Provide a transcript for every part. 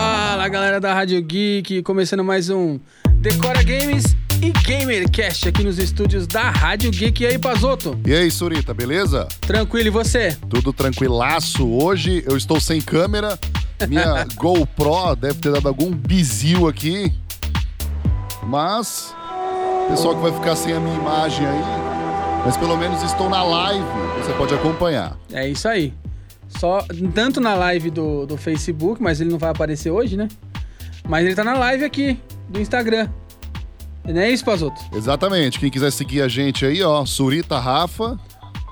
Fala galera da Rádio Geek, começando mais um Decora Games e GamerCast aqui nos estúdios da Rádio Geek. E aí, Pazoto? E aí, Surita, beleza? Tranquilo, e você? Tudo tranquilaço. Hoje eu estou sem câmera. Minha GoPro deve ter dado algum bizil aqui. Mas, pessoal que vai ficar sem a minha imagem aí, mas pelo menos estou na live, você pode acompanhar. É isso aí. Só tanto na live do, do Facebook, mas ele não vai aparecer hoje, né? Mas ele tá na live aqui do Instagram. Não é isso, Pazoto? Exatamente. Quem quiser seguir a gente aí, ó, Surita Rafa,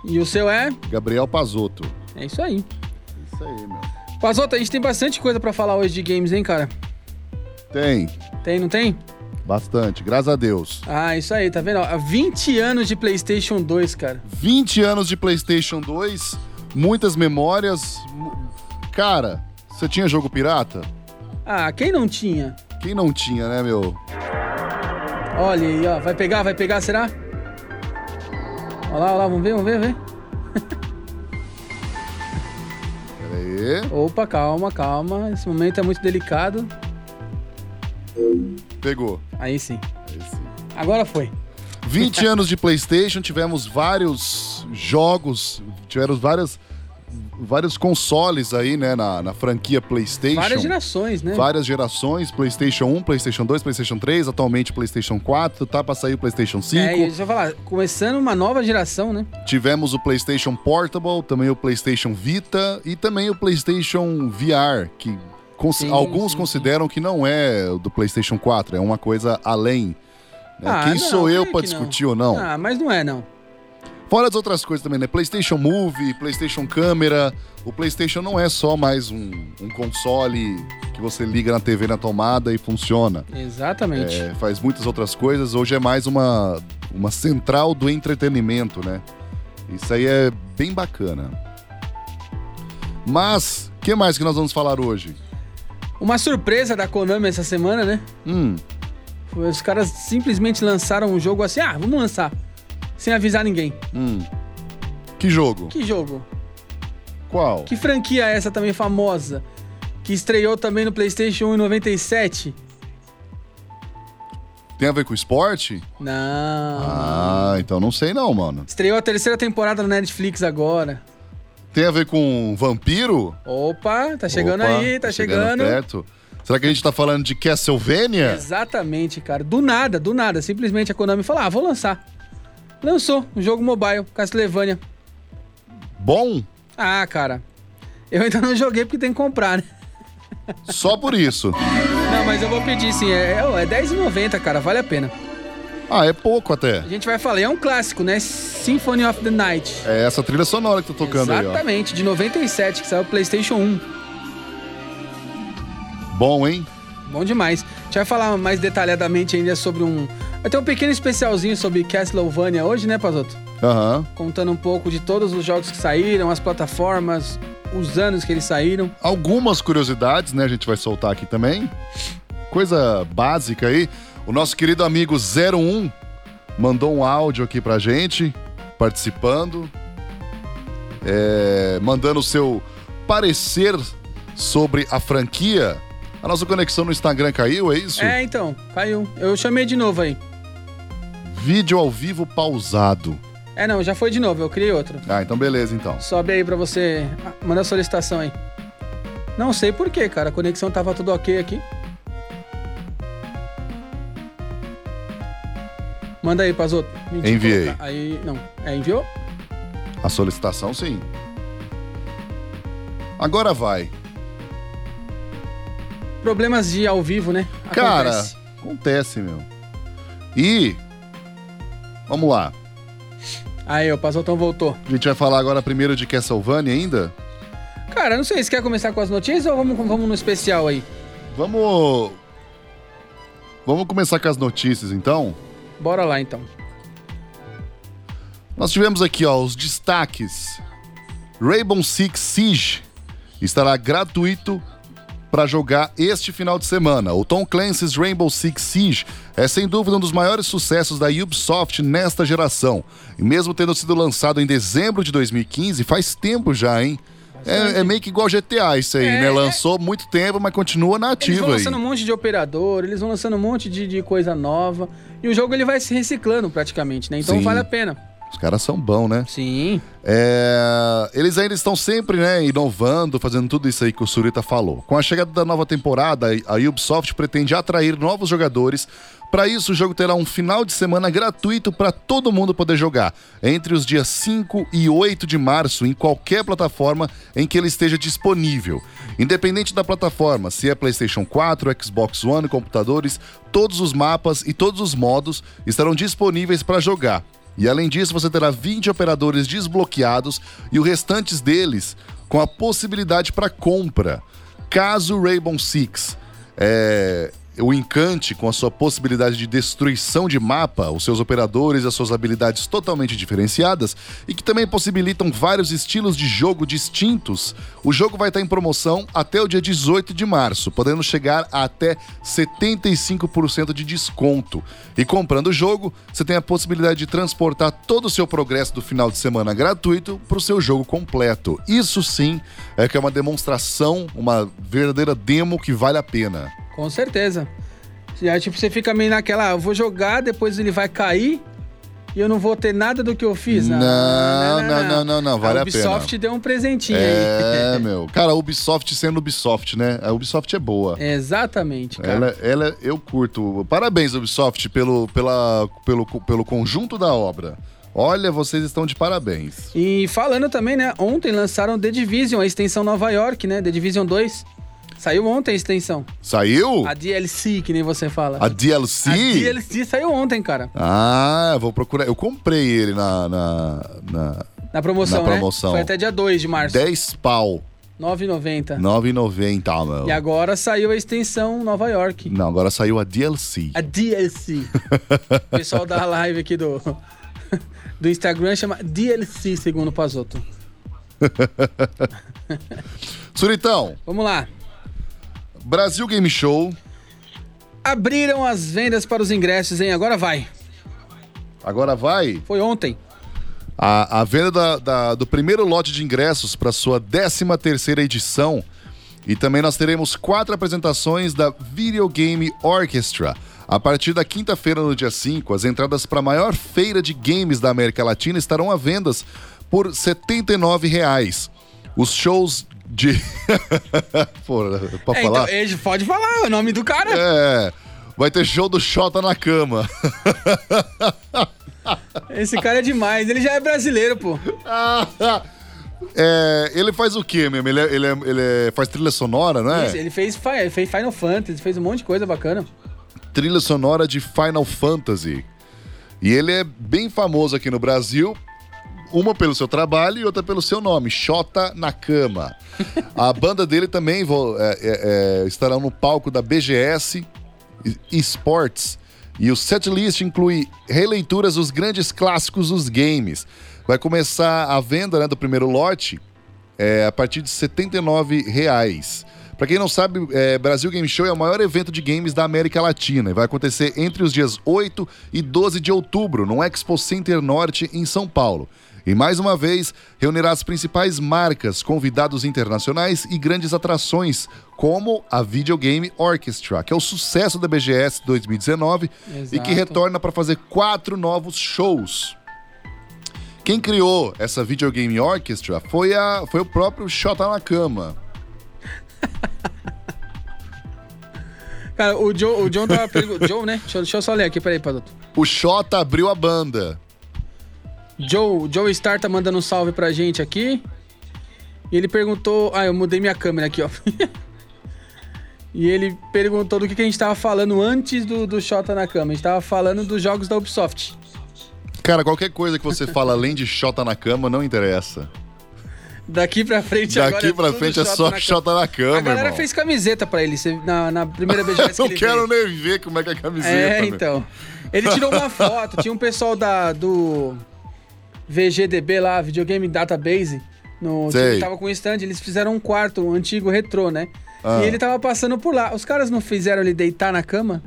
E o seu é? Gabriel Pazotto. É isso aí. Isso aí, meu. Pazoto, a gente tem bastante coisa pra falar hoje de games, hein, cara? Tem, Tem, não tem? bastante, graças a Deus. Ah, isso aí, tá vendo? Ó, 20 anos de PlayStation 2, cara. 20 anos de PlayStation 2, muitas memórias. mu- Cara, você tinha jogo pirata? Ah, quem não tinha? Quem não tinha, né, meu? Olha aí, ó. Vai pegar, vai pegar, será? Olha lá, olha lá, vamos ver, vamos ver, vamos ver. Pera aí. Opa, calma, calma. Esse momento é muito delicado. Pegou. Aí sim. Aí sim. Agora foi. 20 anos de PlayStation, tivemos vários jogos, tivemos várias, vários consoles aí, né, na, na franquia PlayStation. Várias gerações, né? Várias gerações, PlayStation 1, PlayStation 2, PlayStation 3, atualmente PlayStation 4, tá pra sair o PlayStation 5. É, e deixa eu falar, começando uma nova geração, né? Tivemos o PlayStation Portable, também o PlayStation Vita e também o PlayStation VR, que cons- Sim, alguns sim, consideram que não é o do PlayStation 4, é uma coisa além. né? Ah, Quem não, sou eu creio pra que não. discutir ou não? Ah, mas não é, não. Fora as outras coisas também, né? PlayStation Move, PlayStation Câmera. O PlayStation não é só mais um, um console que você liga na TV na tomada e funciona. Exatamente. É, faz muitas outras coisas. Hoje é mais uma, uma central do entretenimento, né? Isso aí é bem bacana. Mas, o que mais que nós vamos falar hoje? Uma surpresa da Konami essa semana, né? Hum, Foi- Os caras simplesmente lançaram um jogo assim, ah, vamos lançar. Sem avisar ninguém. hum. Que jogo? Que jogo? Qual? Que franquia é essa também famosa? Que estreou também no PlayStation 1 em 97? Tem a ver com esporte? Não. Ah, então não sei não, mano. Estreou a terceira temporada na Netflix agora. Tem a ver com vampiro? Opa, tá chegando Opa, aí, tá chegando. É. perto. Será que a gente tá falando de Castlevania? Exatamente, cara. Do nada, do nada. Simplesmente a Konami falou: ah, vou lançar. Lançou um jogo mobile, Castlevania. Bom, Ah, cara. Eu ainda não joguei porque tem que comprar, né? só por isso. Não, mas eu vou pedir sim. É, é, é R$10,90, cara. Vale a pena. Ah, é pouco até. A gente vai falar, é um clássico, né? Symphony of the Night. É essa trilha sonora que tá tocando aí, Exatamente, de 97, que saiu o PlayStation 1. ó. Bom, hein? Bom demais. A gente vai falar mais detalhadamente ainda sobre um. Vai ter um pequeno especialzinho sobre Castlevania hoje, né, Pazoto? Aham. Contando um pouco de todos os jogos que saíram, as plataformas, os anos que eles saíram. Algumas curiosidades, né? A gente vai soltar aqui também. Coisa básica aí. O nosso querido amigo 01 mandou um áudio aqui pra gente, participando, é, mandando o seu parecer sobre a franquia. A nossa conexão no Instagram caiu, é isso? É, então, caiu. Eu chamei de novo aí. Vídeo ao vivo pausado. É, não, já foi de novo, eu criei outro. Ah, então beleza, então. Sobe aí pra você. ah, Manda a solicitação aí. Não sei por quê, cara. A conexão tava tudo ok aqui. Manda aí, Pazoto. Mentira, Enviei. coloca- Aí, não. É, enviou? A solicitação, sim. Agora vai. Problemas de ao vivo, né? Cara, Acontece. acontece, meu. E. Vamos lá. Aí, o Pazotão voltou. A gente vai falar agora primeiro de Castlevania ainda? Cara, não sei, você quer começar com as notícias ou vamos, vamos no especial aí? Vamos. Vamos começar com as notícias então? Bora lá, então. Nós tivemos aqui, ó, os destaques. Rainbow Six Siege estará gratuito para jogar este final de semana. O Tom Clancy's Rainbow Six Siege é sem dúvida um dos maiores sucessos da Ubisoft nesta geração. E mesmo tendo sido lançado em dezembro de 2015, faz tempo já, hein? É, é meio que igual GTA isso aí, É, né? é. Lançou muito tempo, mas continua na Eles vão ativa aí. lançando um monte de operador, eles vão lançando um monte de, de coisa nova. E o jogo ele vai se reciclando praticamente, né? Então Sim. vale a pena. Os caras são bons, né? Sim. É, eles ainda estão sempre né, inovando, fazendo tudo isso aí que o Surita falou. Com a chegada da nova temporada, a Ubisoft pretende atrair novos jogadores. Para isso, o jogo terá um final de semana gratuito para todo mundo poder jogar, entre os dias 5 e 8 de março, em qualquer plataforma em que ele esteja disponível. Independente da plataforma, se é PlayStation 4, Xbox One, computadores, todos os mapas e todos os modos estarão disponíveis para jogar. E além disso, você terá 20 operadores desbloqueados e o restantes deles com a possibilidade para compra. Caso o Rainbow Six é, o encante com a sua possibilidade de destruição de mapa, os seus operadores, as suas habilidades totalmente diferenciadas e que também possibilitam vários estilos de jogo distintos, o jogo vai estar em promoção até o dia 18 de março, podendo chegar a até 75% de desconto. E comprando o jogo, você tem a possibilidade de transportar todo o seu progresso do final de semana gratuito para o seu jogo completo. Isso sim é que é uma demonstração, uma verdadeira demo que vale a pena. Com certeza. E aí, tipo, você fica meio naquela, ah, eu vou jogar, depois ele vai cair e eu não vou ter nada do que eu fiz. Não, não, não, não, não, vale a Ubisoft Ubisoft deu um presentinho É, meu. Cara, a Ubisoft sendo Ubisoft, né? A Ubisoft é boa. aí. Exatamente, cara. Ela, ela, eu curto. Parabéns, Ubisoft, pelo, pela, pelo, pelo conjunto da obra. Olha, vocês estão de parabéns. E falando também, né? Ontem lançaram The Division, a extensão Nova York, né? The Division 2. Saiu ontem a extensão. Saiu? A DLC, que nem você fala. A DLC? A DLC saiu ontem, cara. Ah, eu vou procurar. Eu comprei ele na, na, na Na promoção, Na promoção. né? Foi até dia 2 de março. 10 pau, R$9,90. 9,90, meu. E agora saiu a extensão Nova York. ah, Não, agora saiu a DLC. A DLC. o pessoal da live aqui do, do Instagram chama DLC, segundo o Pazotto. Suritão, Vamos lá. Brasil Game Show. Abriram as vendas para os ingressos, hein? Agora vai. Agora vai. Foi ontem. A, a venda da- da- do primeiro lote de ingressos para sua 13ª edição. E também nós teremos quatro apresentações da Video Game Orchestra. A partir da quinta-feira, no dia 5, as entradas para a maior feira de games da América Latina estarão à venda por R$ 79,00. Os shows de... Pô, pra É, falar... então, ele pode falar é o nome do cara. É, vai ter show do Xota na cama. Esse cara é demais. Ele já é brasileiro, pô. É, ele faz o quê mesmo? Ele, é- ele é- ele é- faz trilha sonora, não é? Isso, ele fez, fi- ele fez Final Fantasy, fez um monte de coisa bacana. Trilha sonora de Final Fantasy. E ele é bem famoso aqui no Brasil, uma pelo seu trabalho e outra pelo seu nome, Xota na Cama. A banda dele também vo- é- é- é, estará no palco da BGS Esports. E o setlist inclui releituras dos grandes clássicos dos games. Vai começar a venda né, do primeiro lote é, a partir de R$ 79,00. Para quem não sabe, é, Brasil Game Show é o maior evento de games da América Latina e vai acontecer entre os dias 8 e 12 de outubro no Expo Center Norte, em São Paulo. E mais uma vez, reunirá as principais marcas, convidados internacionais e grandes atrações, como a Video Game Orchestra, que é o sucesso da BGS 2019 e Exato. que retorna para fazer quatro novos shows. Quem criou essa videogame orchestra foi, a, foi o próprio Xota na Cama. Cara, o Joe, o John tava. pergu- Joe, né? Deixa, eu- deixa eu só ler aqui, peraí, Pazotto. O Xota abriu a banda. Joe, Joe Star tá mandando um salve pra gente aqui. E ele perguntou. Ah, eu mudei minha câmera aqui, ó. e ele perguntou do que, que a gente tava falando antes do, do Shota na cama. A gente tava falando dos jogos da Ubisoft. Cara, qualquer coisa que você fala além de Xota na Cama não interessa. Daqui pra frente agora Daqui pra tudo frente é Shota só na cama. Xota na Cama, A galera irmão. fez camiseta pra ele você- na, na primeira BGS que Não ele quero veio. nem ver como é que é a camiseta. É, meu. então. Ele tirou uma foto, tinha um pessoal da, do VGDB lá, Videogame Database, no, Sei. ele tava com um stand, eles fizeram um quarto, um antigo retrô, né? Ah. E ele tava passando por lá. Os caras não fizeram ele deitar na cama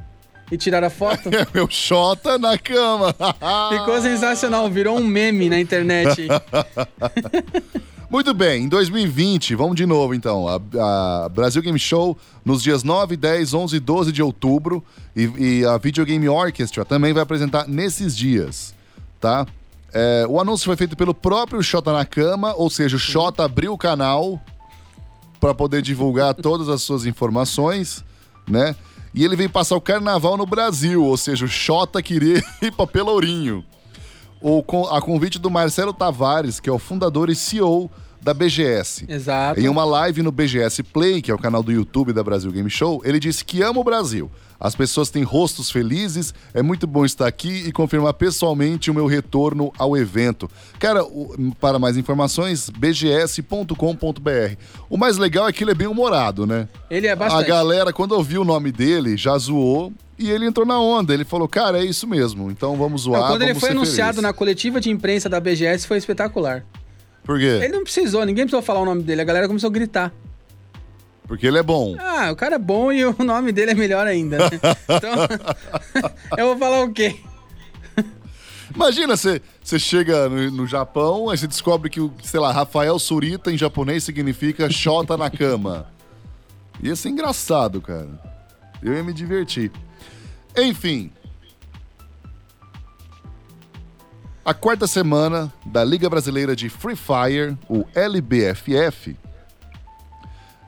e tirar a foto? É meu Xota na Cama. Ficou sensacional, virou um meme na internet. Muito bem, em 2020, vamos de novo então. A, a Brasil Game Show nos dias 9, 10, 11 e 12 de outubro. E, e a Video Game Orchestra também vai apresentar nesses dias, tá? É, o anúncio foi feito pelo próprio Xota na Cama, ou seja, o Xota abriu o canal para poder divulgar todas as suas informações, né? E ele veio passar o carnaval no Brasil, ou seja, o Xota queria ir para Pelourinho o, con- a convite do Marcelo Tavares, que é o fundador e CEO da BGS. Exato. Em uma live no BGS Play, que é o canal do YouTube da Brasil Game Show, ele disse que ama o Brasil. As pessoas têm rostos felizes, é muito bom estar aqui e confirmar pessoalmente o meu retorno ao evento. Cara, o- para mais informações, bgs.com.br. O mais legal é que ele é bem humorado, né? Ele é A bastante. galera, quando ouviu o nome dele, já zoou e ele entrou na onda. Ele falou, cara, é isso mesmo, então vamos zoar. Não, quando ele vamos foi ser anunciado felizes." na coletiva de imprensa da BGS, foi espetacular. Por quê? Ele não precisou, ninguém precisou falar o nome dele, a galera começou a gritar. Porque ele é bom. Ah, o cara é bom e o nome dele é melhor ainda, né? Então, eu vou falar o quê? Imagina, você você chega no, no Japão, aí você descobre que, o, sei lá, Rafael Surita em japonês significa Xota na cama. Ia ser engraçado, cara. Eu ia me divertir. Enfim. A quarta semana da Liga Brasileira de Free Fire, o LBFF,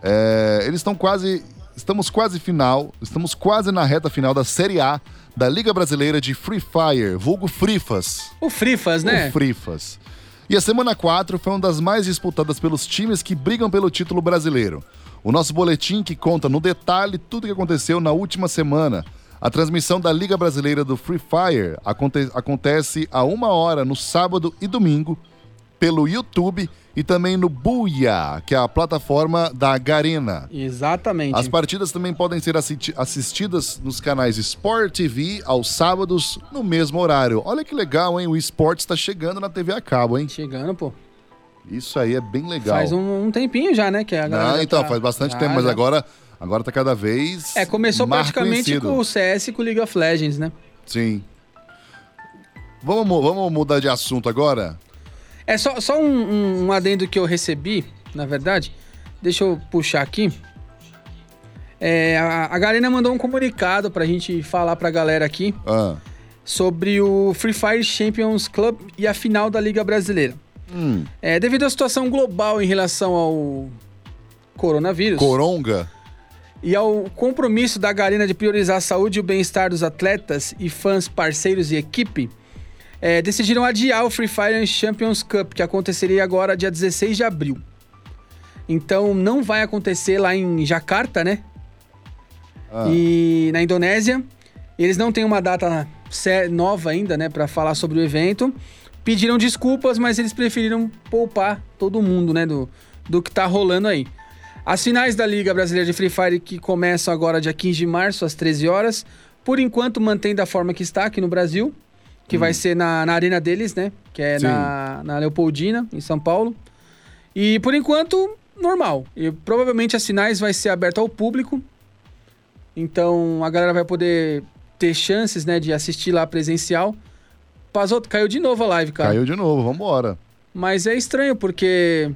É, eles estão quase. Estamos quase final. Estamos quase na reta final da Série A da Liga Brasileira de Free Fire, vulgo Frifas. O Frifas, né? ou Frifas. E a semana 4 foi uma das mais disputadas pelos times que brigam pelo título brasileiro. O nosso boletim que conta no detalhe tudo o que aconteceu na última semana. A transmissão da Liga Brasileira do Free Fire aconte- acontece a uma hora no sábado e domingo pelo YouTube e também no Buia, que é a plataforma da Garena. Exatamente. As partidas também podem ser assisti- assistidas nos canais Sport TV aos sábados no mesmo horário. Olha que legal, hein? O esporte está chegando na TV a cabo, hein? Chegando, pô. Isso aí é bem legal. Faz um, um tempinho já, né? Que a galera Não, já então, tá- faz bastante já, tempo, mas já. agora, agora tá cada vez. É, começou mais praticamente conhecido. com o CS e com o League of Legends, né? Sim. Vamos, mu- vamos mudar de assunto agora? É só, só um, um- um adendo que eu recebi, na verdade. Deixa eu puxar aqui. É, a, a Garena mandou um comunicado pra gente falar pra galera aqui Ah, sobre o Free Fire Champions Club e a final da Liga Brasileira. hum, É, devido à situação global em relação ao coronavírus coronga? e ao compromisso da Garena de priorizar a saúde e o bem-estar dos atletas e fãs, parceiros e equipe, é, decidiram adiar o Free Fire Champions Cup, que aconteceria agora dia 16 de abril. Então não vai acontecer lá em Jakarta, né? Ah. E na Indonésia. Eles não têm uma data sé- nova ainda, né, para falar sobre o evento. Pediram desculpas, mas eles preferiram poupar todo mundo, né, do, do que tá rolando aí. As finais da Liga Brasileira de Free Fire, que começam agora dia 15 de março, às 13 horas, por enquanto mantém da forma que está aqui no Brasil, que vai ser na, na arena deles, né, que é Hum. Sim. na, na Leopoldina, em São Paulo. E por enquanto, normal. E provavelmente as finais vai ser aberta ao público. Então a galera vai poder ter chances, né, de assistir lá presencial. Passou, caiu de novo a live, cara. Caiu de novo, vambora. Mas é estranho porque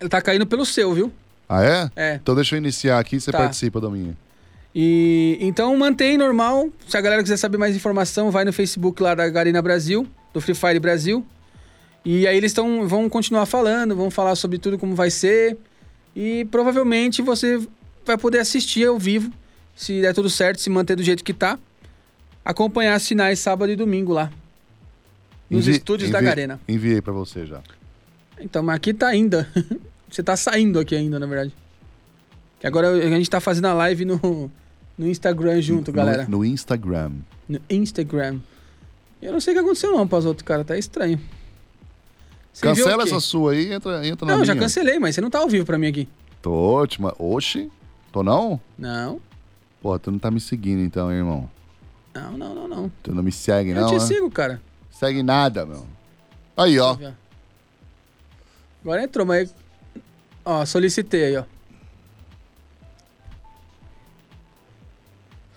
ele tá caindo pelo seu, viu? Ah, é? É. Então deixa eu iniciar aqui e você Tá. participa da minha. E então mantém normal. Se a galera quiser saber mais informação, vai no Facebook lá da Garena Brasil, do Free Fire Brasil. E aí eles tão, vão continuar falando, vão falar sobre tudo como vai ser. E provavelmente você vai poder assistir ao vivo, se der tudo certo, se manter do jeito que tá. Acompanhar as finais sábado e domingo lá. Nos Envi- estúdios da envi- Garena. Enviei pra você já. Então, mas aqui tá ainda. você tá saindo aqui ainda, na verdade. Que agora a gente tá fazendo a live no, no Instagram junto, No- galera. No Instagram. no Instagram. Eu não sei o que aconteceu não, Pazoto, cara, tá estranho. Você viu Cancela o quê? essa sua aí, entra, entra na Não, minha. já cancelei, mas você não tá ao vivo pra mim aqui. Tô ótima. Oxi, tô não? Não, Pô, tu não tá me seguindo então, hein, irmão. não, não, não, não. Tu não me segue, eu não, te né? sigo, cara. Segue nada, meu. Aí, ó. Deixa eu ver. Agora entrou, mas... Ó, solicitei aí, ó.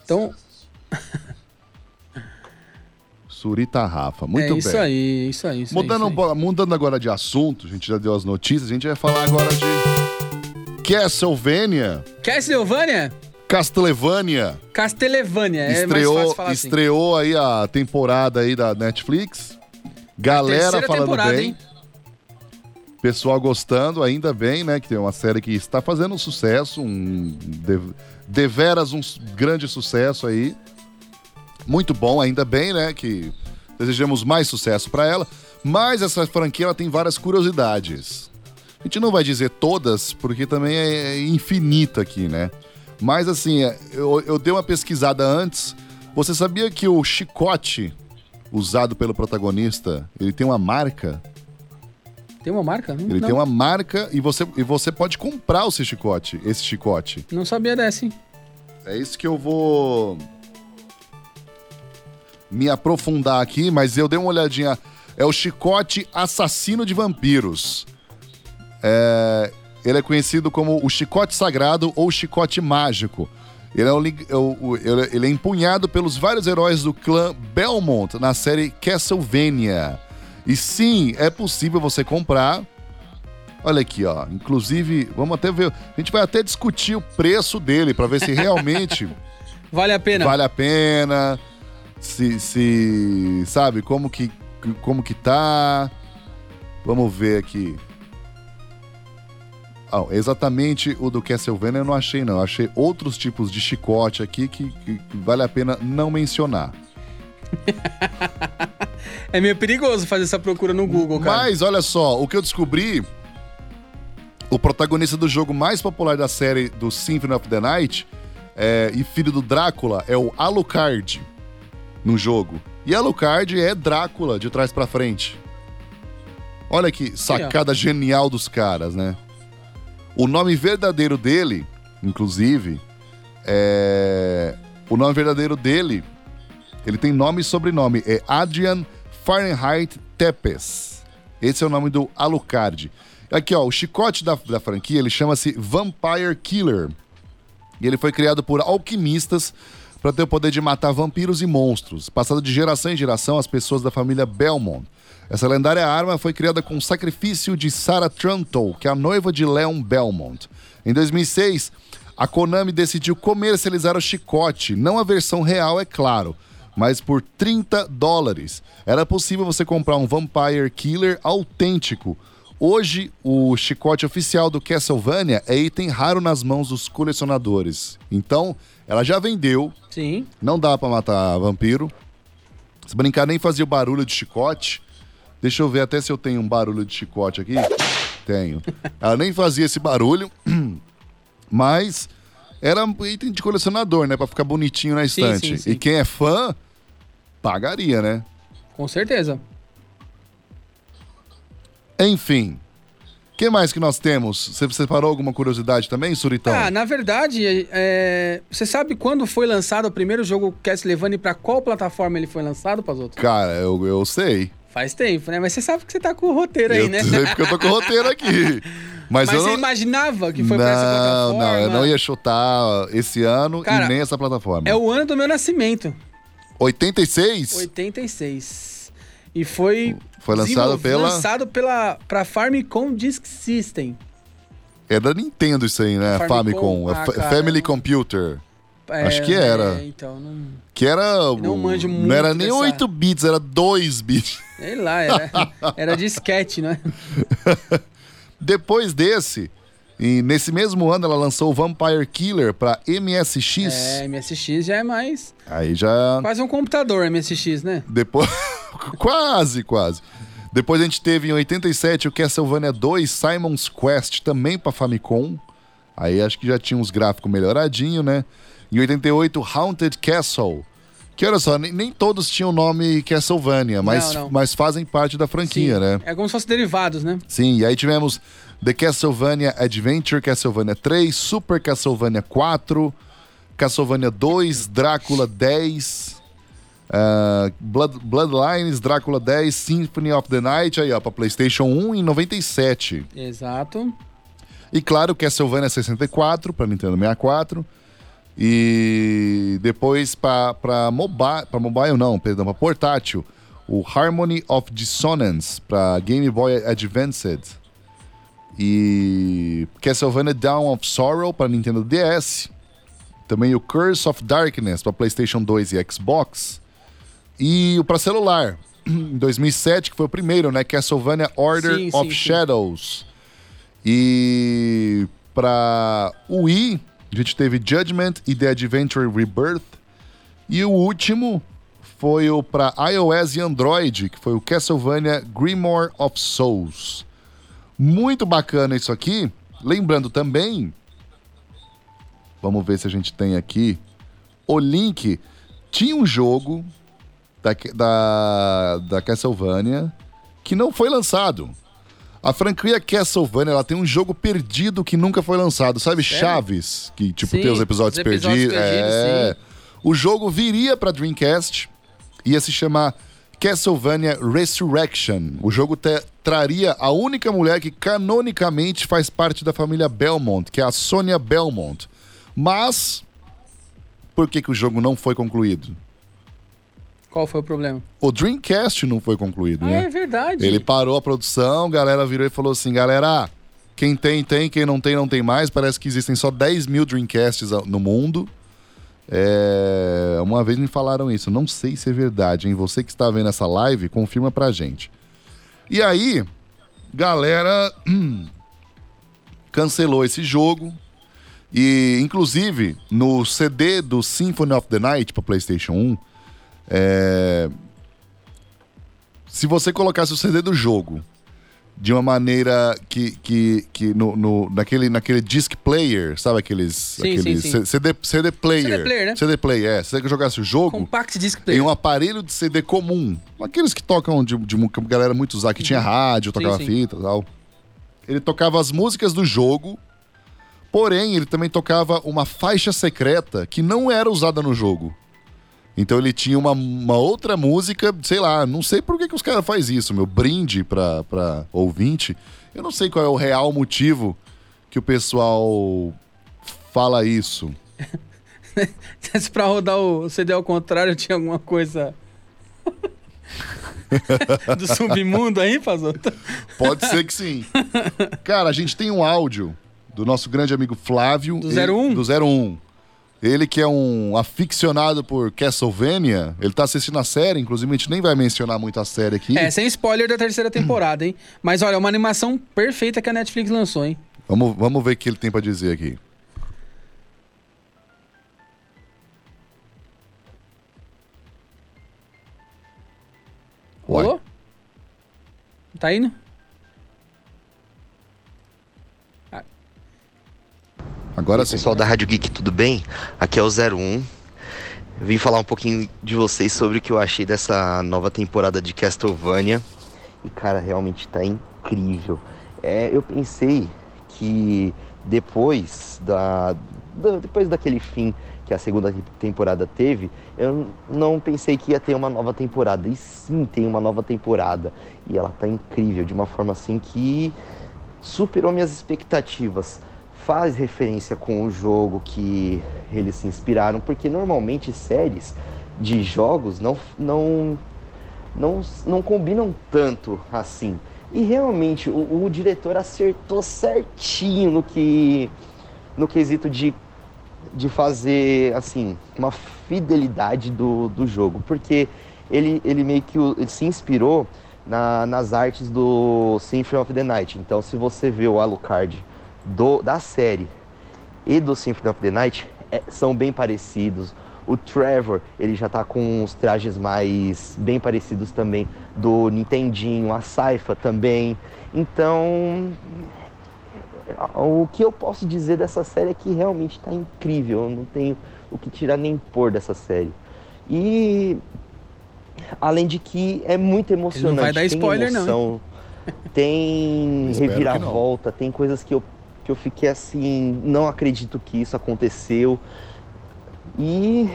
Então, Surita Rafa. Muito é bem. isso aí, isso aí. Isso aí, Mudando, um isso aí. bo- mudando agora de assunto, a gente já deu as notícias, a gente vai falar agora de Castlevania, Castlevania? Castlevania, Castlevania. é mais estreou, fácil falar assim. estreou aí a temporada aí da Netflix. Galera Terceira falando temporada, bem, hein? pessoal gostando, ainda bem, né, que tem uma série que está fazendo um sucesso, um de- deveras um s- grande sucesso aí. Muito bom, ainda bem, né, que desejamos mais sucesso para ela. Mas essa franquia ela tem várias curiosidades. A gente não vai dizer todas, porque também é infinita aqui, né? Mas assim, é, eu, eu dei uma pesquisada antes. Você sabia que o chicote usado pelo protagonista, ele tem uma marca? Tem uma marca? Não, Ele não, tem uma marca e você, e você pode comprar esse chicote, esse chicote. não sabia dessa, hein? É isso que eu vou me aprofundar aqui, mas eu dei uma olhadinha. É o chicote assassino de vampiros. É, ele é conhecido como o chicote sagrado ou chicote mágico. Ele é, um lig- é o- o- ele- ele é empunhado pelos vários heróis do clã Belmont na série Castlevania. E sim, é possível você comprar. Olha aqui, ó. Inclusive, vamos até ver. A gente vai até discutir o preço dele para ver se realmente Vale a pena. vale a pena, se, se sabe como que como que tá. Vamos ver aqui. Ah, exatamente o do Castlevania eu não achei não, Eu achei outros tipos de chicote aqui que, que- que vale a pena não mencionar. É meio perigoso fazer essa procura no Google, cara. Mas olha só, o que eu descobri, o protagonista do jogo mais popular da série do Symphony of the Night é, e filho do Drácula é o Alucard no jogo. E Alucard é Drácula de trás pra frente. Olha que sacada genial dos caras, né? O nome verdadeiro dele, inclusive, é... o nome verdadeiro dele, ele tem nome e sobrenome, é Adrian Fahrenheit Tepes. Esse é o nome do Alucard. Aqui, ó, o chicote da, da franquia, ele chama-se Vampire Killer. E ele foi criado por alquimistas para ter o poder de matar vampiros e monstros, passado de geração em geração às pessoas da família Belmont. Essa lendária arma foi criada com o sacrifício de Sarah Truntle, que é a noiva de Leon Belmont. Em 2006, a Konami decidiu comercializar o chicote, não a versão real, é claro, mas por 30 dólares. Era possível você comprar um Vampire Killer autêntico, Hoje, o chicote oficial do Castlevania é item raro nas mãos dos colecionadores. Então, ela já vendeu, Sim. não dá pra matar vampiro. Se brincar, nem fazia o barulho de chicote. Deixa eu ver até se eu tenho um barulho de chicote aqui. Tenho. Ela nem fazia esse barulho, mas era um item de colecionador, né? Pra ficar bonitinho na Sim, sim, estante. sim. E quem é fã, pagaria, né? Com certeza. Enfim. O que mais que nós temos? Você separou alguma curiosidade também, Suritão? Ah, na verdade, é, você sabe quando foi lançado o primeiro jogo Castlevania e pra qual plataforma ele foi lançado, Pazoto? Cara, eu, eu sei. Faz tempo, né? Mas você sabe que você tá com o roteiro aí, eu né? sei porque eu tô com o roteiro aqui. Mas, Mas eu você não... imaginava que foi não, pra essa plataforma? não, eu não ia chutar esse ano Cara, e nem essa plataforma. É o ano do meu nascimento, 86? 86. E foi Foi lançado desenvolvido- pela... lançado pela pra Famicom Disk System. É da Nintendo isso aí, né? Famicom. Famicom. É Ah, fa- cara, Family eu- Computer. Acho que era. é, então, não... Que era... Não manjo não muito era nem dessa- 8 bits, era 2 bits. Sei lá, era, era disquete, né? Depois desse, e nesse mesmo ano, ela lançou o Vampire Killer pra MSX. É, MSX já é mais. Aí já. Quase um computador, MSX, né? Depois. quase, quase. Depois a gente teve em 87 o Castlevania 2 Simon's Quest, também pra Famicom. Aí acho que já tinha uns gráficos melhoradinhos, né? Em 88, Haunted Castle. Que olha só, nem, nem todos tinham o nome Castlevania, mas, não. mas fazem parte da franquia, né? É como se fossem derivados, né? Sim, e aí tivemos The Castlevania Adventure, Castlevania 3, Super Castlevania 4, Castlevania 2, Drácula 10, ah, Blood- Bloodlines, Drácula 10, Symphony of the Night, aí ó, pra PlayStation 1 em 97. Exato. E claro, Castlevania 64 pra Nintendo 64. E depois para mobile, para mobile não, perdão, para portátil, o Harmony of Dissonance para Game Boy Advanced e Castlevania Dawn of Sorrow para Nintendo DS, também o Curse of Darkness para PlayStation 2 e Xbox e o para celular em 2007 que foi o primeiro, né, Castlevania Order Sim, sim, of sim. Shadows e para Wii a gente teve Judgment e The Adventure Rebirth. E o último foi o para iOS e Android, que foi o Castlevania Grimoire of Souls. Muito bacana isso aqui. Lembrando também, vamos ver se a gente tem aqui o link. Tinha um jogo da, da, da Castlevania que não foi lançado. A franquia Castlevania ela tem um jogo perdido que nunca foi lançado. Sabe Chaves? Que tipo Sim, tem os episódios, os episódios perdidos. perdidos, é. sim. O jogo viria pra Dreamcast, ia se chamar Castlevania Resurrection. O jogo te- traria a única mulher que canonicamente faz parte da família Belmont, que é a Sonya Belmont. Mas, por que, que o jogo não foi concluído? Qual foi o problema? O Dreamcast não foi concluído, Ah, né? é verdade. Ele parou a produção, a galera virou e falou assim: galera, quem tem, tem, quem não tem, não tem mais. Parece que existem só 10 mil Dreamcasts a- no mundo. É, Uma vez me falaram isso, não sei se é verdade, hein? Você que está vendo essa live, confirma pra gente. E aí, galera hum, cancelou esse jogo. E, inclusive, no CD do Symphony of the Night para PlayStation 1, se você colocasse o CD do jogo de uma maneira que, que, que no, no- naquele, naquele disc player, sabe aqueles, sim, aqueles sim. CD, CD player, CD player, né? CD player, é, se você jogasse o jogo Compact Disc em Player. um aparelho de CD comum, aqueles que tocam de, de que a galera muito usar, que tinha rádio, tocava Uhum. sim. fita e tal. Ele tocava as músicas do jogo, porém ele também tocava uma faixa secreta que não era usada no jogo. Então ele tinha uma, uma outra música, sei lá, não sei por que, que os caras fazem isso, meu brinde pra, pra ouvinte. Eu não sei qual é o real motivo que o pessoal fala isso. Se pra rodar o CD ao contrário, tinha alguma coisa. do submundo aí, Pazoto? Pode ser que sim. Cara, a gente tem um áudio do nosso grande amigo Flávio. Do ele- 01? do 01. Ele que é um aficionado por Castlevania, ele tá assistindo a série, inclusive a gente nem vai mencionar muito a série aqui. É, sem spoiler da terceira temporada, hein? Mas olha, é uma animação perfeita que a Netflix lançou, hein? Vamos, vamos ver o que ele tem pra dizer aqui. Uai. Rolou? Tá indo? Agora sim. Pessoal da Rádio Geek, tudo bem? Aqui é o 01. Vim falar um pouquinho de vocês sobre o que eu achei dessa nova temporada de Castlevania. E cara, realmente tá incrível. É, eu pensei que depois da da- depois daquele fim que a segunda temporada teve, eu não pensei que ia ter uma nova temporada. E sim, tem uma nova temporada. E ela tá incrível de uma forma assim que superou minhas expectativas faz referência com o jogo que eles se inspiraram, porque normalmente séries de jogos não, não, não, não combinam tanto assim. E realmente o, o diretor acertou certinho no que no quesito de, de fazer assim uma fidelidade do, do jogo, porque ele, ele meio que o- ele se inspirou na- nas artes do Symphony of the Night. Então, se você vê o Alucard do- da série e do Symphony of the Night é- são bem parecidos. O Trevor, ele já tá com os trajes mais bem parecidos também do Nintendinho, a Saifa também. Então, o que eu posso dizer dessa série é que realmente tá incrível. Eu não tenho o que tirar nem pôr dessa série. E além de que é muito emocionante. vai dar tem spoiler, não, hein? emoção, Tem Espero que não. reviravolta, tem coisas que eu, que eu fiquei assim, não acredito que isso aconteceu. E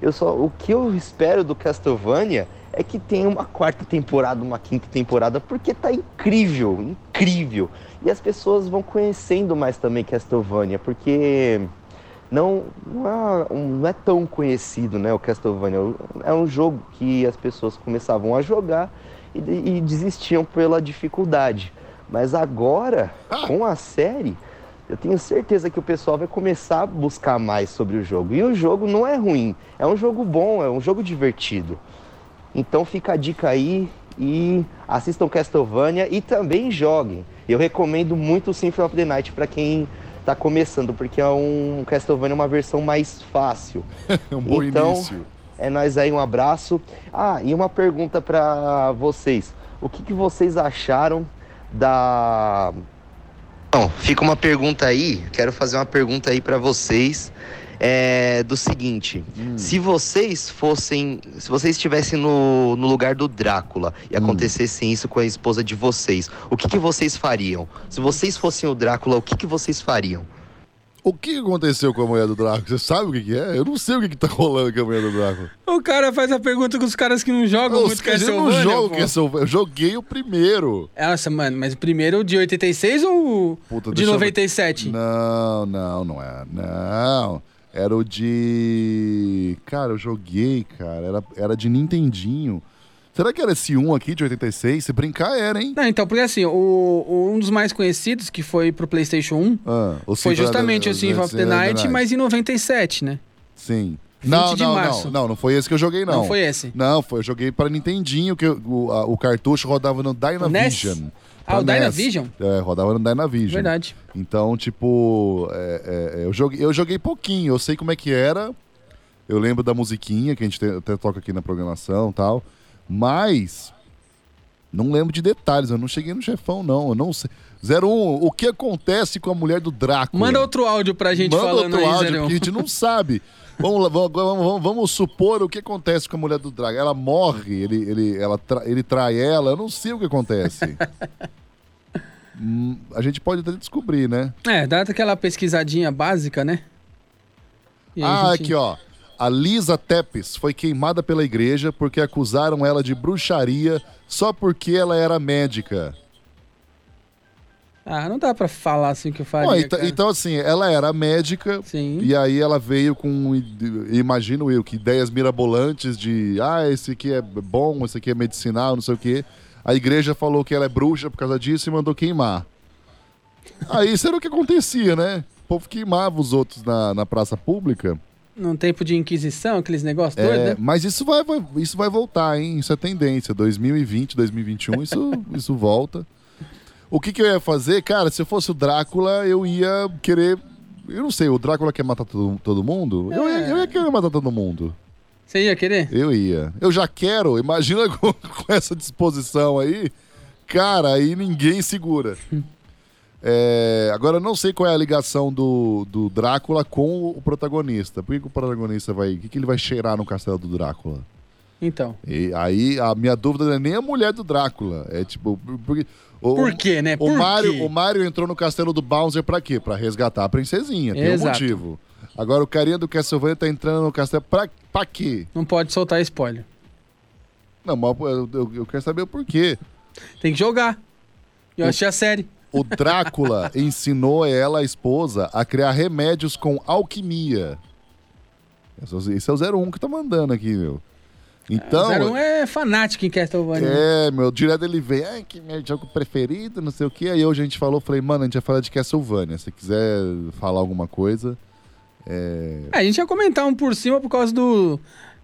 eu só, o que eu espero do Castlevania é que tenha uma quarta temporada, uma quinta temporada, porque tá incrível, incrível. E as pessoas vão conhecendo mais também Castlevania, porque não, não, é, um- não é tão conhecido, né? O Castlevania é um jogo que as pessoas começavam a jogar e, de- e desistiam pela dificuldade. Mas agora, Ah. com a série, eu tenho certeza que o pessoal vai começar a buscar mais sobre o jogo. E o jogo não é ruim, é um jogo bom, é um jogo divertido. Então fica a dica aí e assistam Castlevania e também joguem. Eu recomendo muito o Symphony of the Night para quem tá começando, porque é um Castlevania é uma versão mais fácil. É um bom Então- início. É nós aí, um abraço. Ah, e uma pergunta pra vocês. O que, que vocês acharam da. Bom, fica uma pergunta aí. Quero fazer uma pergunta aí pra vocês. É, do seguinte: Hum. se vocês fossem. Se vocês estivessem no, no lugar do Drácula e Hum. acontecesse isso com a esposa de vocês, o que, que vocês fariam? Se vocês fossem o Drácula, o que, que vocês fariam? O que aconteceu com a mulher do Draco? Você sabe o que, que é? Eu não sei o que, que tá rolando com a mulher do Draco. O cara faz a pergunta com os caras que não jogam Os muito que a gente não Castlevania. joga pô. Castlevania. Eu joguei o primeiro. Nossa, mano, mas o primeiro de 86 ou Puta, de deixa eu- 97? Não, não, não é. Não. Era o de. Cara, eu joguei, cara. Era, era de Nintendinho. Será que era esse 1 aqui de 86? Se brincar, era, hein? Não, então, porque assim, o, o- um dos mais conhecidos, que foi pro PlayStation 1, Ah, o foi Symphony- justamente o Symphony of the Night, mas em 97, né? Sim. 20 Não, de não, março. não, não, não foi esse que eu joguei, não. Não foi esse. Não, foi, eu joguei pra Nintendinho, que eu- o, a- o cartucho rodava no Dynavision. Ah, o Pra NES. Dynavision? É, rodava no Dynavision. Verdade. Então, tipo, é, é, é, eu, joguei, eu joguei pouquinho, eu sei como é que era. Eu lembro da musiquinha que a gente te- até toca aqui na programação e tal. Mas não lembro de detalhes, eu não cheguei no chefão, não. Eu não sei. 01, o que acontece com a mulher do Drácula? Manda outro áudio pra gente Manda falando outro aí, áudio, Zerão. porque a gente não sabe. Vamos, lá, vamos, agora vamos, vamos- vamos supor o que acontece com a mulher do Drago. Ela morre, ele, ele, ela tra- ele trai ela, eu não sei o que acontece. Hum, a gente pode até descobrir, né? É, dá aquela pesquisadinha básica, né? E aí Ah, a gente- aqui, ó. A Lisa Tepes foi queimada pela igreja porque acusaram ela de bruxaria só porque ela era médica. Ah, não dá pra falar assim o que eu faria, Ó, então, cara. então, assim, ela era médica, Sim. E aí ela veio com, imagino eu, que ideias mirabolantes de ah, esse aqui é bom, esse aqui é medicinal, não sei o quê. A igreja falou que ela é bruxa por causa disso e mandou queimar. Aí isso era o que acontecia, né? O povo queimava os outros na, na praça pública. Num tempo de inquisição, aqueles negócios É, doidos, né? mas isso vai, vai- isso vai voltar, hein? Isso é tendência. 2020, 2021, isso, isso volta. O que, que eu ia fazer? Cara, se eu fosse o Drácula, eu ia querer. Eu não sei, o Drácula quer matar todo, todo mundo? Eu, ia, eu ia querer matar todo mundo. Você ia querer? Eu ia. Eu já quero, imagina com, com essa disposição aí. Cara, aí ninguém segura. É, agora, eu não sei qual é a ligação do, do Drácula com o protagonista. Por que, que o protagonista vai. O que, que ele vai cheirar no castelo do Drácula? Então. E aí, a minha dúvida não é nem a mulher do Drácula. É tipo. por- Porque, o, Por quê, né? O Por Mario, quê? o Mario entrou no castelo do Bowser pra quê? Pra resgatar a princesinha. Tem um Exato. motivo. Agora, o carinha do Castlevania tá entrando no castelo pra, pra quê? Não pode soltar spoiler. Não, mas eu, eu- eu quero saber o porquê. Tem que jogar. Então, Eu achei a série. O Drácula ensinou ela, a esposa, a criar remédios com alquimia. Esse é o- Esse é o 01 que tá mandando aqui, meu. Então. Zero um é fanático em Castlevania. É, meu, direto ele vem, ai, que meu jogo preferido, não sei o quê. Aí hoje a gente falou, falei, mano, a gente vai falar de Castlevania. Se quiser falar alguma coisa. É, a gente ia comentar um por cima por causa do.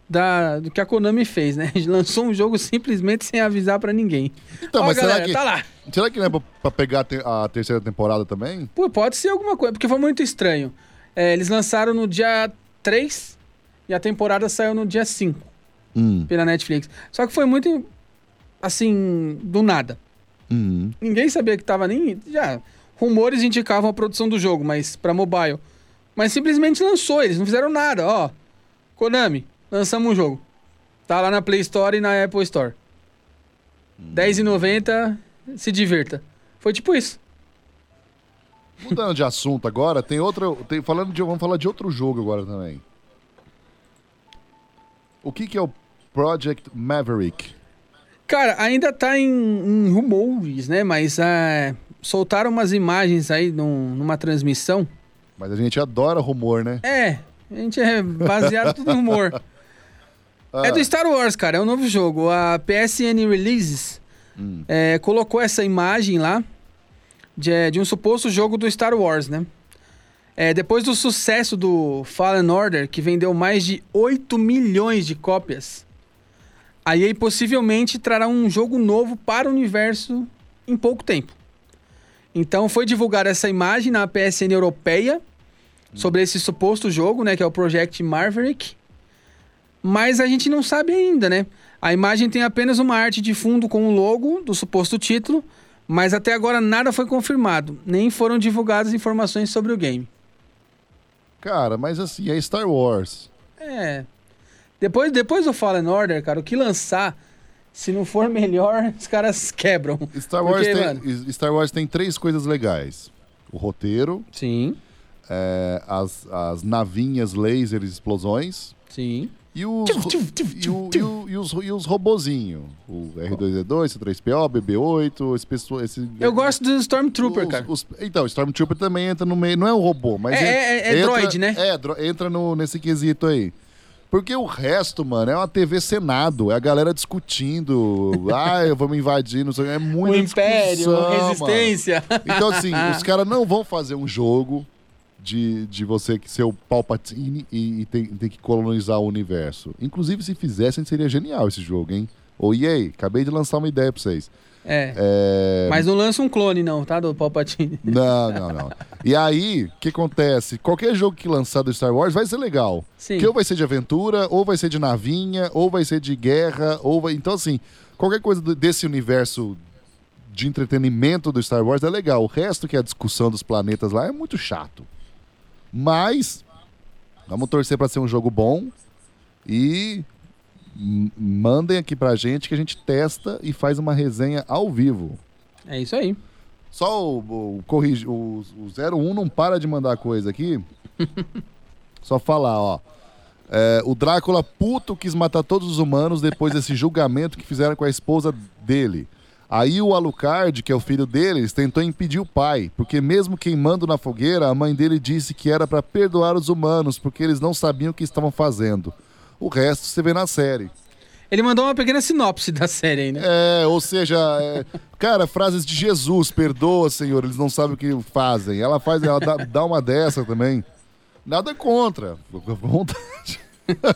Da, do que a Konami fez, né? A gente lançou um jogo simplesmente sem avisar pra ninguém. Então, Ó, mas galera, será que. tá lá. Será que não é pra, pra pegar a te- a terceira temporada também? Pô, pode ser alguma coisa, porque foi muito estranho. É, eles lançaram no dia 3 e a temporada saiu no dia 5 Hum. pela Netflix. Só que foi muito, assim, do nada. Hum. Ninguém sabia que tava nem. Já. Rumores indicavam a produção do jogo, mas pra mobile. Mas simplesmente lançou, eles não fizeram nada, ó. Konami, lançamos um jogo. Tá lá na Play Store e na Apple Store. R$10,90, se divirta. Foi tipo isso. Mudando de assunto agora, tem outro. Tem, falando de, vamos falar de outro jogo agora também. O que, que é o Project Maverick? Cara, ainda tá em, em é, rumores, né? Mas ah, soltaram umas imagens aí num- numa transmissão Mas a gente adora rumor, né? É, a gente é baseado tudo em rumor. É do Star Wars, cara, é um novo jogo. A PSN Releases é, colocou essa imagem lá de, de um suposto jogo do Star Wars, né? É, depois do sucesso do Fallen Order, que vendeu mais de 8 milhões de cópias, a EA possivelmente trará um jogo novo para o universo em pouco tempo. Então foi divulgada essa imagem na PSN europeia sobre esse suposto jogo, né, que é o Project Maverick. Mas a gente não sabe ainda, né? A imagem tem apenas uma arte de fundo com o logo do suposto título, mas até agora nada foi confirmado, nem foram divulgadas informações sobre o game. Cara, mas assim, é Star Wars. É. Depois, depois do Fallen Order, cara, o que lançar, se não for melhor, os caras quebram. Star Wars, Porque, tem, mano, Star Wars tem três coisas legais: o roteiro, Sim, é, as, as navinhas, lasers, explosões. sim. E os, Tchum, ro- tchum, tchum, e, o- tchum, e o- e os, e os robozinhos. O R2D2, C3PO, BB8, esse pessoal. Esse, Eu gosto do Stormtrooper, os- cara. os- então, Stormtrooper também entra no meio. Não é um robô, mas. É- en- é- é droid, né? É, dro- entra no, nesse quesito aí. Porque o resto, mano, é uma TV Senado. É a galera discutindo. ah, eu vou me invadir, não sei o que. É muito O Império, discussão, a mano. Resistência. Então, assim, os caras não vão fazer um jogo de, de você que ser o Palpatine e, e tem, tem que colonizar o universo. Inclusive, se fizessem, seria genial esse jogo, hein? Ô, e aí, acabei de lançar uma ideia pra vocês. É. É... Mas não lança um clone, não, tá? Do Palpatine. Não, não, não. E aí, o que acontece? Qualquer jogo que lançar do Star Wars vai ser legal. Sim. Que ou vai ser de aventura, ou vai ser de navinha, ou vai ser de guerra, ou vai... Então, assim, qualquer coisa do- desse universo de entretenimento do Star Wars é legal. O resto, que é a discussão dos planetas lá, é muito chato. Mas, vamos torcer pra ser um jogo bom e m- mandem aqui pra gente que a gente testa e faz uma resenha ao vivo. É isso aí. Só o, o, corrige, o, o 01 não para de mandar coisa aqui. Só falar, ó. É, o Drácula puto quis matar todos os humanos depois desse julgamento que fizeram com a esposa dele. Aí o Alucard, que é o filho deles, tentou impedir o pai, porque mesmo queimando na fogueira, a mãe dele disse que era para perdoar os humanos, porque eles não sabiam o que estavam fazendo. O resto você vê na série. Ele mandou uma pequena sinopse da série aí, né? É, ou seja, é, cara, frases de Jesus, perdoa, Senhor, eles não sabem o que fazem. Ela faz, ela dá, dá uma dessa também. Nada contra, fica à vontade.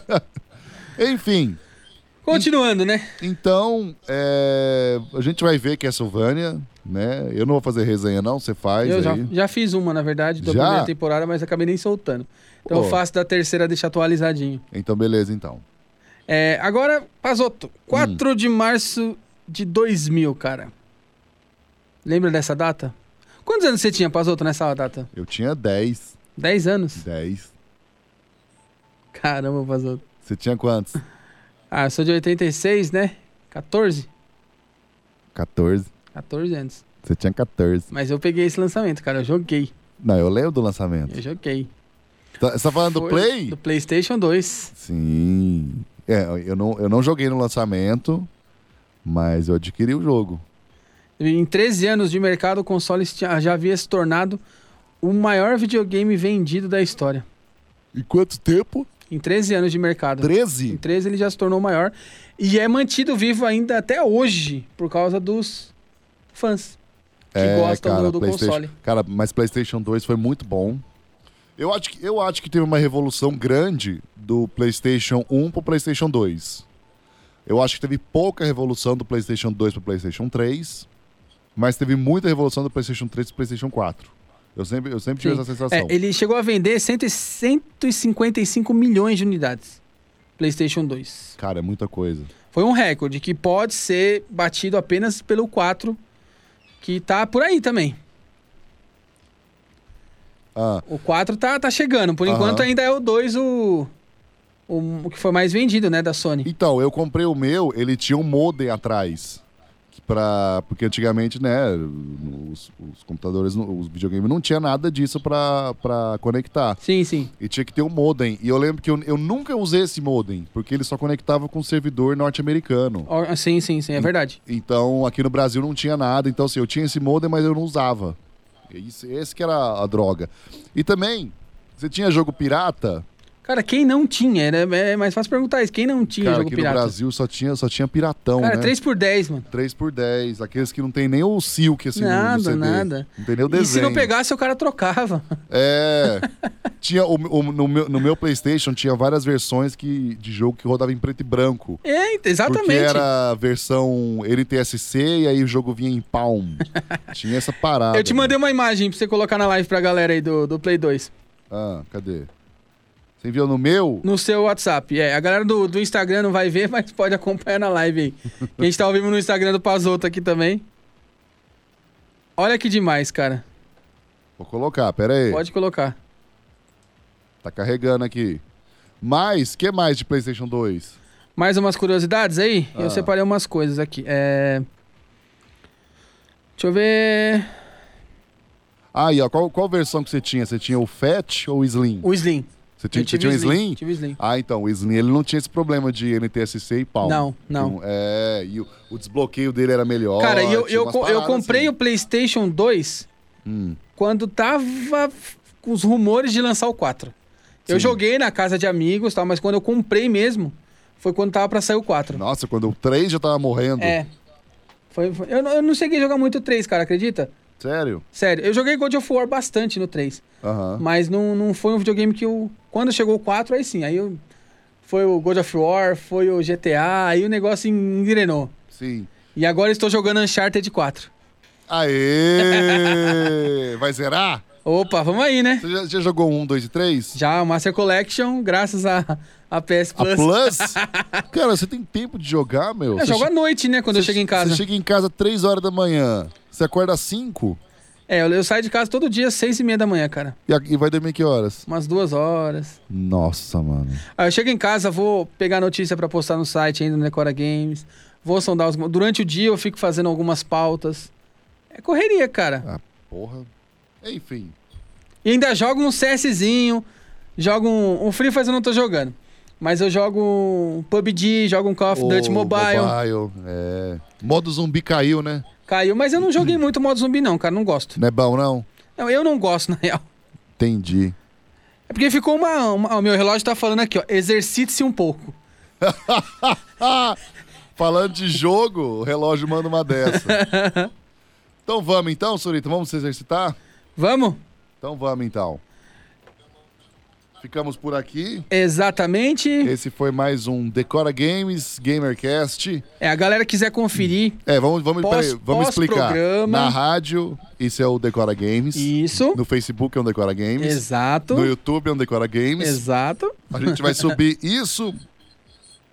Enfim, É. Continuando, né? então, é, a gente vai ver Castlevania, né? Eu não vou fazer resenha não, você faz Eu aí. já, já fiz uma, na verdade, da Já? primeira temporada, mas acabei nem soltando. Então Pô. eu faço da terceira, deixa atualizadinho. Então, beleza, então. É, agora, Pazoto, 4 Hum. de março de 2000, cara. Lembra dessa data? Quantos anos você tinha, Pazoto, nessa data? Eu tinha 10, 10 anos? 10. Caramba, Pazoto. Você tinha quantos? Ah, eu sou de 86, né? 14? 14. 14 anos. Você tinha 14. Mas eu peguei esse lançamento, cara. Eu joguei. Não, eu lembro do lançamento. Eu joguei. Tá- Você tá falando do Foi Play? Do PlayStation 2. Sim. É, eu não, eu não joguei no lançamento, mas eu adquiri o jogo. Em 13 anos de mercado, o console esti- já havia se tornado o maior videogame vendido da história. E quanto tempo? Em 13 anos de mercado. Em 13? 13 ele já se tornou o maior. E é mantido vivo ainda até hoje, por causa dos fãs que gostam do- do, É, PlayStation- console. Cara, mas PlayStation 2 foi muito bom. Eu acho que, eu acho que teve uma revolução grande do PlayStation 1 pro PlayStation 2. Eu acho que teve pouca revolução do PlayStation 2 pro PlayStation 3, mas teve muita revolução do PlayStation 3 pro PlayStation 4. Eu sempre, eu sempre tive Sim. essa sensação. É, ele chegou a vender 100 e 155 milhões de unidades. PlayStation 2. Cara, é muita coisa. Foi um recorde que pode ser batido apenas pelo 4, que tá por aí também. Ah, O 4 tá, tá chegando. Por Aham. enquanto ainda é o 2 o, o, o que foi mais vendido, né, da Sony. Então, eu comprei o meu, ele tinha um modem atrás. que Pra, porque antigamente, né, os, os computadores, não- os videogames não tinha nada disso pra, pra conectar. Sim, sim. E tinha que ter um modem. E eu lembro que eu, eu nunca usei esse modem, porque ele só conectava com o servidor norte-americano. Ó, Sim, sim, sim, é verdade. Então, aqui no Brasil não tinha nada. Então, assim, eu tinha esse modem, mas eu não usava. Isso, esse que era a droga. E também, você tinha jogo pirata? Cara, quem não tinha, era, é mais fácil perguntar isso. Quem não tinha Cara, jogo aqui pirata? no Brasil só tinha, só tinha piratão, Cara, né? 3 por 10 mano. 3 por 10, aqueles que não tem nem o silk assim no- no Nada, CD. nada. Não tem nem o E desenho. se não pegasse, o cara trocava. É. tinha o, o- no, meu, no meu PlayStation tinha várias versões que, de jogo que rodava em preto e branco. É, ent- exatamente. Porque era a versão NTSC e aí o jogo vinha em Palm. tinha essa parada. Eu te mandei uma imagem pra você colocar na live pra galera aí do, do Play 2. Ah, cadê? Você enviou no meu? No seu WhatsApp. É, a galera do, do Instagram não vai ver, mas pode acompanhar na live aí. A gente tá ao vivo no Instagram do Pazoto aqui também. Olha que demais, cara. Vou colocar, pera aí. Pode colocar. Tá carregando aqui. Mas, que mais de PlayStation 2? Mais umas curiosidades aí? Ah. Eu separei umas coisas aqui. É... Deixa eu ver. Ah, e ó, qual, qual versão que você tinha? Você tinha o Fat ou o Slim? O Slim. Você tinha, Eu você tive tinha o Slim? Tive Slim. Ah, então, o Slim ele não tinha esse problema de NTSC e pau. Não, não. é, e o, o desbloqueio dele era melhor. Cara, e eu, tinha eu, umas co- eu paradas comprei assim. Hum, o PlayStation 2 quando tava f- com os rumores de lançar o 4. Eu Sim. joguei na casa de amigos e tal, mas quando eu comprei mesmo, foi quando tava pra sair o 4. Nossa, quando o 3 já tava morrendo. É. Foi, foi- Eu, não- eu não cheguei a jogar muito o 3, cara, acredita? Sério? Sério, eu joguei God of War bastante no 3. Aham. Mas não, não foi um videogame que eu. Quando chegou o 4, aí sim. Aí eu. Foi o God of War, foi o GTA, aí o negócio engrenou. Sim. E agora eu estou jogando Uncharted 4. Aê! Vai zerar? Opa, vamos aí, né? Você já, já jogou 1, 2 e 3? Já o Master Collection, graças a, a PS A Plus. Plus? Cara, você tem tempo de jogar, meu? Eu Você jogo à che- noite, né? Quando eu você- chego em casa. Você chega em casa 3 horas da manhã. Você acorda às 5 É, eu, eu saio de casa todo dia, seis e meia da manhã, cara. e, a- e vai dormir que horas? Umas duas horas. Nossa, mano. Aí eu chego em casa, vou pegar notícia pra postar no site ainda no Decora Games. Vou sondar os. Durante o dia eu fico fazendo algumas pautas. É correria, cara. Ah, porra. Enfim. E ainda jogo um CSzinho, jogo um, um Free Fire eu não tô jogando. Mas eu jogo um PUBG, jogo um Call of Duty O Mobile. mobile. É. Modo zumbi caiu, né? Caiu, mas eu não joguei muito modo zumbi não, cara, não gosto. Não é bom, não? Não, eu não gosto, na real. Entendi. É porque ficou uma... uma- ó, o meu relógio tá falando aqui, ó, exercite-se um pouco. Ah, falando de jogo, o relógio manda uma dessa. Então vamos então, Surita, vamos se exercitar? Vamos? Então vamos então. Ficamos por aqui. Exatamente. Esse foi mais um Decora Games Gamercast. É, a galera quiser conferir, É, vamos, vamos, Pós- peraí, vamos explicar. pós-programa. Na rádio, isso é o Decora Games. isso. No Facebook é um Decora Games. Exato. No YouTube é um Decora Games. Exato. A gente vai subir isso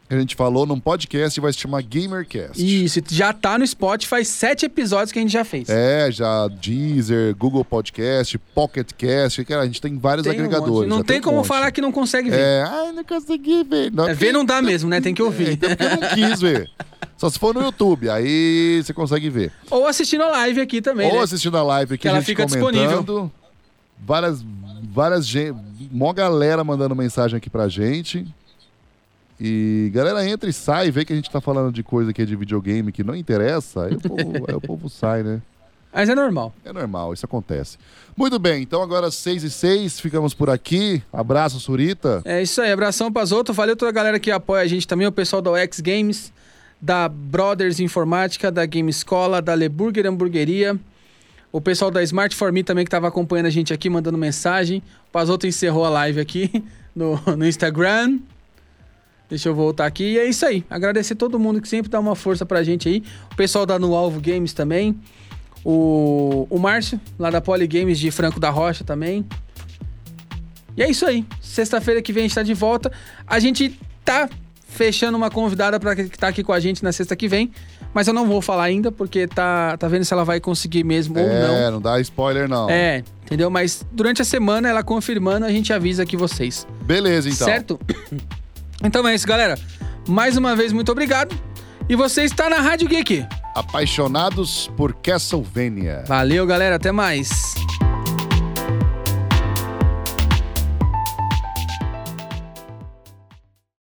que a gente falou num podcast e vai se chamar Gamercast. Isso, já tá no Spotify, sete episódios que a gente já fez. É, já Deezer, Google Podcast, Pocket Cast, cara, a gente tem vários Tem um monte. agregadores. não já tem um como monte. falar que não consegue ver. É, ai, não consegui ver. Não, É, ver não dá mesmo, né? Tem que ouvir. Até porque eu não quis ver. Só se for no YouTube, aí você consegue ver. Ou assistindo a live aqui também. É. Ou né? assistindo a live aqui, Que a ela gente fica comentando. disponível. Várias, várias gente, mó galera mandando mensagem aqui pra gente. E galera entra e sai, vê que a gente tá falando de coisa que é de videogame que não interessa, aí o povo, aí o povo sai, né? Mas é normal. É normal, isso acontece. Muito bem, então agora 6 e 6, ficamos por aqui. Abraço, Surita. É isso aí. Abração pras outras. Valeu toda a galera que apoia a gente também. O pessoal da OX Games, da Brothers Informática, da Game Escola, da Leburger Hamburgueria. O pessoal da Smart For Me também que tava acompanhando a gente aqui, mandando mensagem. O Pazoto encerrou a live aqui no, no Instagram. Deixa eu voltar aqui. E é isso aí. Agradecer todo mundo que sempre dá uma força pra gente aí. O pessoal da No Alvo Games também. O, o Márcio, lá da Poly Games de Franco da Rocha também. E é isso aí. Sexta-feira que vem a gente tá de volta. A gente tá fechando uma convidada pra que tá aqui com a gente na sexta que vem. Mas eu não vou falar ainda, porque tá, tá vendo se ela vai conseguir mesmo ou não. É, não dá spoiler, não. É, entendeu? Mas durante a semana, ela confirmando, a gente avisa aqui vocês. Beleza, então. Certo? Então é isso, galera. Mais uma vez, muito obrigado. E você está na Rádio Geek. Apaixonados por Castlevania. Valeu, galera. Até mais.